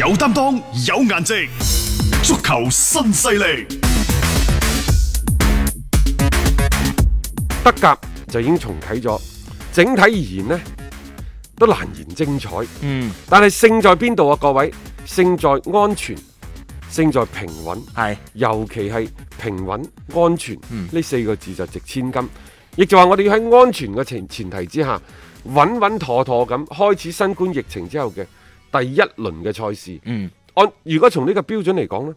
有擔當，有顏值，足球新勢力。德甲就已經重啟咗，整體而言呢，都難言精彩。嗯，但係勝在邊度啊？各位，勝在安全，勝在平穩，係尤其係平穩安全呢、嗯四個字就值千金。亦就話我哋要喺安全嘅前前提之下，穩穩妥妥咁開始新冠疫情之後嘅第一輪嘅賽事。嗯按如果從呢個標準嚟講呢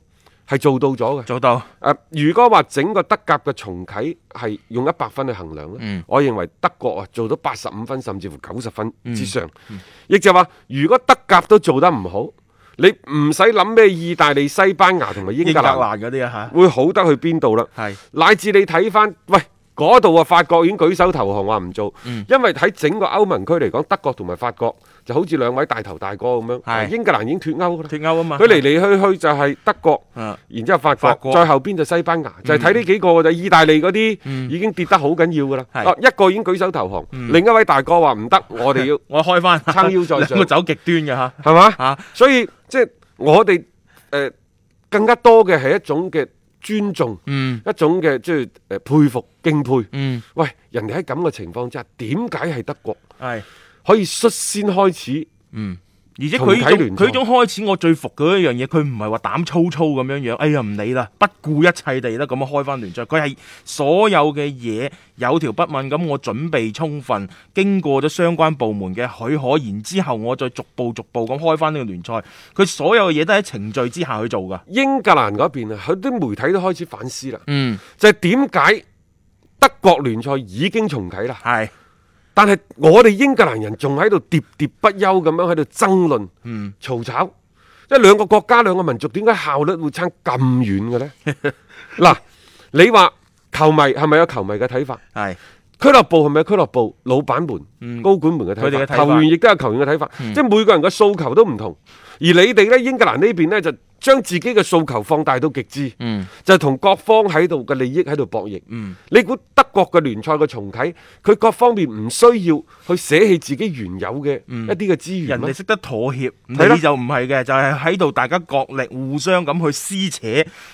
係做到咗嘅。做到誒、啊如果話整個德甲嘅重啟係用一百分去衡量咧，嗯我認為德國啊做到八十五分甚至乎九十分之上，嗯亦、就話如果德甲都做得唔好，你唔使諗咩意大利、西班牙同埋英英格格蘭蘭嗰啲啊會好得去邊度啦，吓，係乃至你睇翻喂。嗰度啊，法國已經舉手投降話唔做，嗯因為喺整個歐盟區嚟講，德國同埋法國就好似兩位大頭大哥咁樣。啊係英格蘭已經脱歐㗎啦，脱歐啊嘛，佢嚟嚟去去就係德國，啊然之後法法國，國再後邊就西班牙，就係睇呢幾個嘅啫。意大利嗰啲嗯已經跌得好緊要㗎啦，係啊一個已經舉手投降，嗯另一位大哥話唔得，我哋 要我開翻撐腰再上兩個走極端嘅啊吓係嘛？吓，所以即係我哋誒、呃更加多嘅係一種嘅尊重，嗯一種嘅即係誒佩服敬佩。嗯喂，人哋喺咁嘅情況之下，點解係德國係可以率先開始？嗯。而且重佢啟呢種聯賽佢呢種開始，我最服佢一樣嘢，佢唔係話膽粗粗咁樣樣，哎呀唔理啦，不顧一切地啦咁樣開翻聯賽，佢係所有嘅嘢有條不紊咁，我準備充分，經過咗相關部門嘅許可，然之後我再逐步逐步咁開翻呢個聯賽，佢所有嘅嘢都喺程序之下去做噶。英格蘭嗰邊啊，佢啲媒體都開始反思啦。嗯，就係點解德國聯賽已經重啟啦？係，但係我哋英格蘭人仲喺度喋喋不休咁樣喺度爭論、嗯嘈吵，即係兩個國家兩個民族點解效率會差咁遠嘅呢？嗱，你話球迷係咪有球迷嘅睇法？係，俱樂部係咪有俱樂部老闆們、嗯高管們嘅佢哋睇嘅法？睇法嗯球員亦都有球員嘅睇法，即係每個人嘅訴求都唔同。而你哋呢，英格蘭呢邊呢，就將自己嘅訴求放大到極致，嗯就同各方喺度嘅利益喺度博弈。嗯你估德國嘅聯賽嘅重啟，佢各方面唔需要去捨棄自己原有嘅一啲嘅資源嗯人咩哋？識得妥協，你係咯就唔係嘅，就係喺度大家角力，互相咁去撕扯，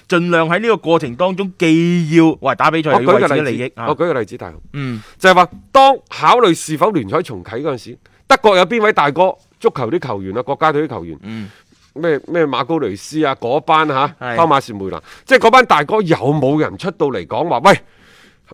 盡量喺呢個過程當中既要喂打比賽，我又要為舉自己個利例益子，啊我舉，個例子，大雄嗯就係話，當考慮是否聯賽重啟嗰陣時，德國有邊位大哥足球啲球員啊，國家隊啲球員嗯，咩咩馬高雷斯啊，嗰班嚇、係湯馬士梅拿，即係嗰班大哥有冇人出到嚟講話？喂，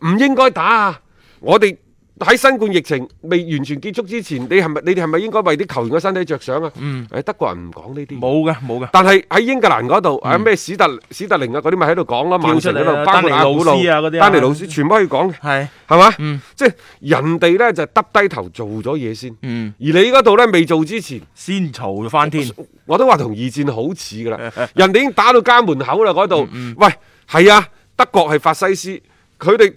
唔應該打啊！我哋喺新冠疫情未完全結束之前，你係咪你哋係咪應該為啲球員嘅身體着想啊？嗯誒，德國人唔講呢啲。冇嘅冇嘅，但係喺英格蘭嗰度，啊咩史特史特靈啊嗰啲咪喺度講啦，曼城嗰嗯跳出嚟度，啊包括阿古丹尼路斯啊嗰路、啲啊丹尼老師，全部可以講嘅，係，係嘛？嗯即係人哋呢就耷低頭做咗嘢先，而嗯，你嗰度呢未做之前，先嘈就翻天，我都話同二戰好似 噶啦，人哋已經打到家門口啦嗰度，嗯喂，係啊，德國係法西斯，佢哋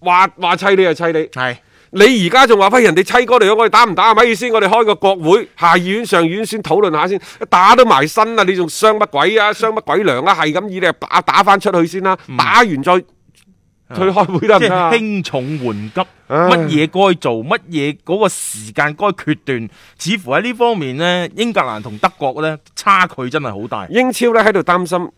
話話砌你就砌你。係你而家仲話喂人哋妻哥嚟講，我哋打唔打係咪意思？我哋開個國會，下議院、上議院先討論下先，打都埋身啦！你仲傷乜鬼啊？傷乜鬼糧啊？係咁以你打打翻出去先啦，打完再去開會得唔即得啊係？輕重緩急，唉乜嘢該做，乜嘢嗰個時間該決斷，似乎喺呢方面呢，英格蘭同德國呢差距真係好大，英超呢喺度擔心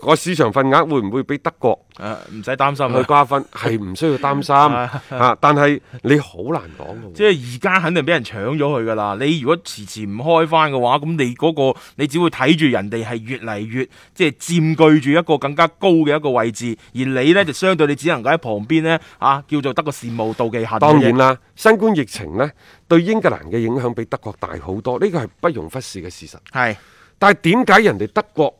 個市場份額會唔會俾德國誒唔使擔心啊去瓜分，係唔需要擔心啊啊！但係你好難講嘅喎。即係而家肯定俾人搶咗佢㗎啦！你如果遲遲唔開翻嘅話，咁你嗰、個你只會睇住人哋係越嚟越即係佔據住一個更加高嘅一個位置，而你嗯呢，就相對你只能夠喺旁邊呢，啊，叫做得個羨慕妒忌恨嘅啫。當然啦，新冠疫情呢對英格蘭嘅影響比德國大好多，呢個係不容忽視嘅事實。係，但係點解人哋德國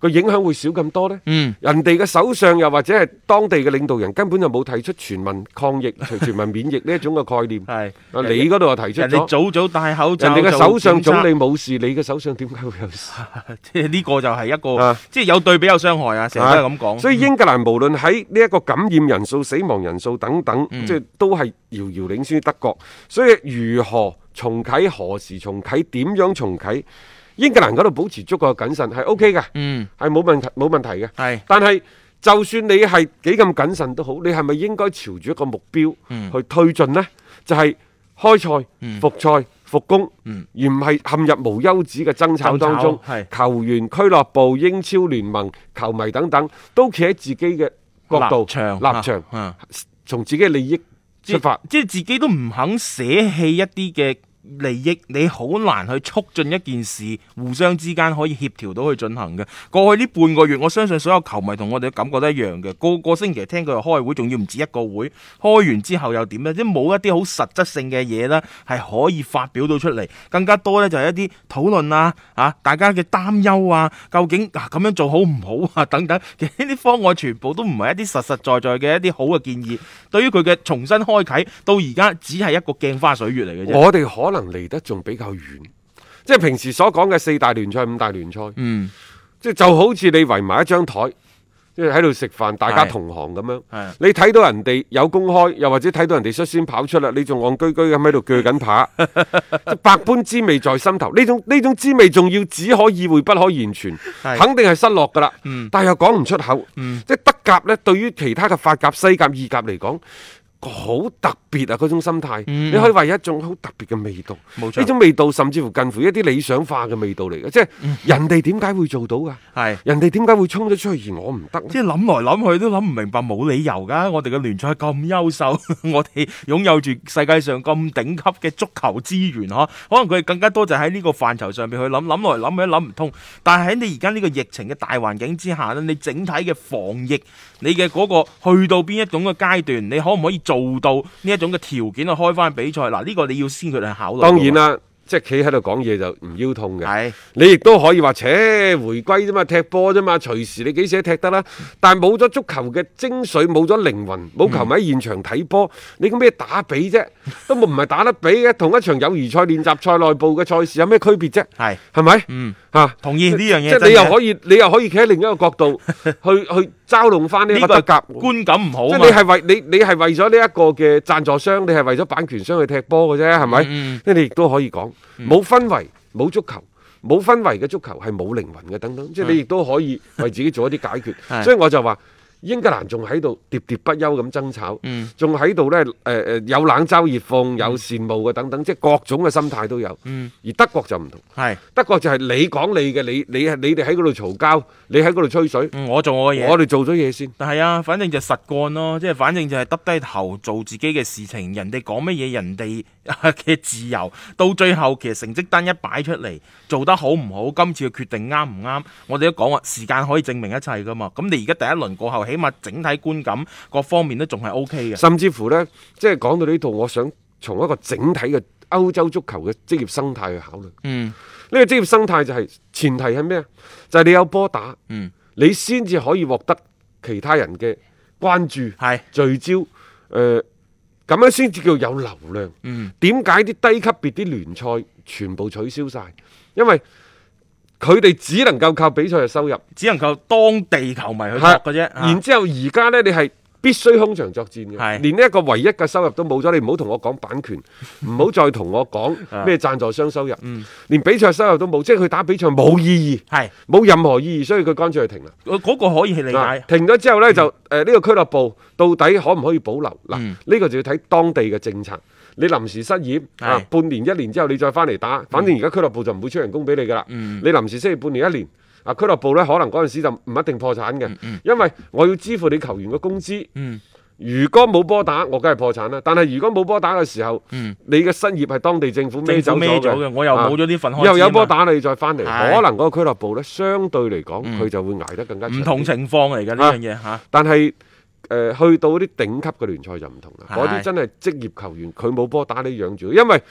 個影響會少咁多呢？嗯人哋嘅首相又或者係當地嘅領導人根本就冇提出全民抗疫、除全民免疫呢一種嘅概 念。係。啊，你嗰度又提出人哋咗，早早戴口人罩，哋嘅首相總理冇事，你嘅首相點解會有事？ 即係呢個就係一個，啊即係有對比有傷害啊！成日都係咁啊講。所以英格蘭無論喺呢一個感染人數、死亡人數等等，嗯即係都係遙遙領先於德國。所以如何重啟、何時重啟、點樣重啟，英格蘭嗰度保持足夠嘅謹慎係 O K 嘅，嗯，係冇問題冇問題嘅。係但係就算你係幾咁謹慎都好，你係咪嗯應該朝住一個目標去推進呢？就係、開賽、復賽、復工，嗯而唔係陷入無休止嘅爭吵爭吵當中係。球員、俱樂部、英超聯盟、球迷等等，都企喺自己嘅角度、立場立場啊啊從自己嘅利益即出發。即係自己都唔肯捨棄一啲嘅利益，你好難去促進一件事，互相之間可以協調到去進行嘅。過去呢半個月，我相信所有球迷同我哋嘅感覺都一樣嘅，個個星期聽佢哋開會，仲要唔止一個會，開完之後又點呢？即係冇一啲好實質性嘅嘢呢，係可以發表到出嚟，更加多呢，就係一啲討論啊，啊大家嘅擔憂啊，究竟啊咁樣做好唔好啊等等， 其實呢啲方案全部都唔係一啲實實在在嘅一啲好嘅建議。對於佢嘅重新開啟，到而家只係一個鏡花水月嚟嘅啫。我哋可能離得仲比較遠，即係平時所講嘅四大聯賽、五大聯賽，嗯，即係就好似你圍埋一張台，即係喺度食飯，大家係同行咁係樣。你睇到人哋有公開，又或者睇到人哋率先跑出啦，你仲戇居居咁喺度鋸緊 扒，即係百般滋味在心頭。呢種呢種滋味仲要只可意會不可言傳，係嗯肯定係失落噶啦。但係又講唔出口。即係德甲呢，對於其他嘅法甲、西甲、意甲嚟講。好特別啊！嗰種心態，你可以話有一種好特別嘅味道。嗯冇錯呢種味道甚至乎近乎一啲理想化嘅味道嚟嘅，即係嗯人哋點解會做到㗎？係。人哋點解會衝咗出去，而我唔得呢？即係諗來諗去都諗唔明白，冇理由噶。我哋嘅聯賽咁優秀，我哋擁有住世界上咁頂級嘅足球資源，嗬。可能佢哋更加多就喺呢個範疇上邊去諗，諗來諗去都諗唔通。但係喺你而家呢個疫情嘅大環境之下咧，你整體嘅防疫，你嘅嗰個去到邊一種嘅階段，你可唔可以做到呢一種嘅條件去開翻比賽？嗱，呢個你要先佢哋考慮。當然，啦，即係企喺度講嘢就唔腰痛嘅。係你亦都可以話，扯回歸啫嘛，踢波啫嘛，隨時你幾時都踢得啦。但係冇咗足球嘅精髓，冇咗靈魂，冇球迷喺現場睇波，你咁咩打比啫？都冇唔係打得比嘅，同一場友誼賽、練習賽、內部嘅賽事有咩區別啫？係係咪？嗯嚇，同意呢樣即嘢真嘅。係你又可以，你又可以企喺另一個角 度去去嘲弄翻呢呢個個德甲。觀感唔好即啊係嘛你。係為你你係為咗呢一個嘅贊助商，你係為咗版權商去踢波嘅啫，係咪？嗯即係你亦都可以講冇氛圍，冇足球。冇氛圍嘅足球係冇靈魂嘅，等等，即係你亦都可以為自己做一啲解嗯 係決。所以我就話英格蘭仲喺度喋喋不休咁爭吵嗯，仲喺度呢，誒、誒有冷嘲熱諷，有羨慕嘅等等，即係各種嘅心態都有。嗯而德國就唔同，係，德國就係你講你嘅，你你你哋喺嗰度嘈交，你喺嗰度吹水，嗯我做我嘅嘢。我哋做咗嘢先。但係啊，反正就實幹咯，即係反正就係耷低頭做自己嘅事情，人哋講乜嘢，人哋啊嘅自由，到最後其實成績單一擺出嚟，做得好唔好，今次嘅決定啱唔啱，我哋都講話啊時間可以證明一切噶嘛。咁你而家第一輪過後，起碼整體觀感各方面都仲係 O K 嘅。甚至乎呢，即係講到呢度，我想從一個整體嘅歐洲足球嘅職業生態去考慮。呢、嗯個職業生態就係、前提係咩啊？就係、你有波打，嗯，你先至可以獲得其他人嘅關注、係聚焦，誒、咁樣先至叫有流量。嗯點解啲低級別啲聯賽全部取消晒？因為佢哋只能夠靠比賽嘅收入，只能夠當地球迷去搏係嘅啫。啊然之後而家呢，你係必須空場作戰係嘅，連呢一個唯一嘅收入都冇咗。你唔好同我講版 權，唔好再同我講啊咩贊助商收入，嗯連比賽收入都冇，即係佢打比賽冇意義，係冇任何意義，所以佢乾脆就停啦。嗰嗰個可以啊嗱理啊解。停咗之後呢，就誒呃呢、個俱樂部到底可唔可以保留？嗱，嗯呢、個就要睇當地嘅政策。你臨時失業啊係，嗯半年一年之後你再翻嚟打，反正而家俱樂部就唔會出人工俾你噶啦。你臨時失業半年一年。啊，俱樂部呢，可能嗰陣時就唔一定破產嘅，因為我要支付你球員嘅工資。嗯如果冇波打，我梗係破產啦。但係如果冇波打嘅時候，嗯你嘅失業係當地政府孭走政府孭咗咗嘅我又冇咗呢份開支啊又嘛有波打你再翻嚟，係嗯可能嗰個俱樂部呢，相對嚟講佢就會捱得更加長唔啲同情況嚟嘅啊呢樣嘢啊嚇。但係誒、呃去到啲頂級嘅聯賽就唔同啦，係嗰啲真係職業球員，佢冇波打你養住，因為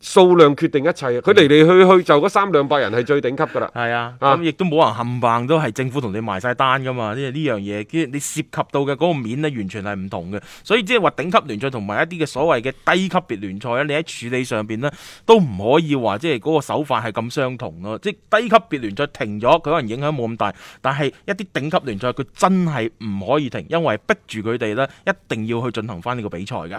數量決定一切啊！佢嚟嚟去去就嗰三兩百人係最頂級㗎啦。係啊，啊咁亦都冇人冚棒都係政府同你埋晒單噶嘛，呢呢樣嘢，跟住你涉及到嘅嗰個面咧，完全係唔同嘅。所以即係話頂級聯賽同埋一啲嘅所謂嘅低級別聯賽咧，你喺處理上邊咧都唔可以話即係嗰個手法係咁相同咯。即係低級別聯賽停咗，佢可能影響冇咁大，但係一啲頂級聯賽佢真係唔可以停，因為逼住佢哋咧一定要去進行翻呢個比賽㗎。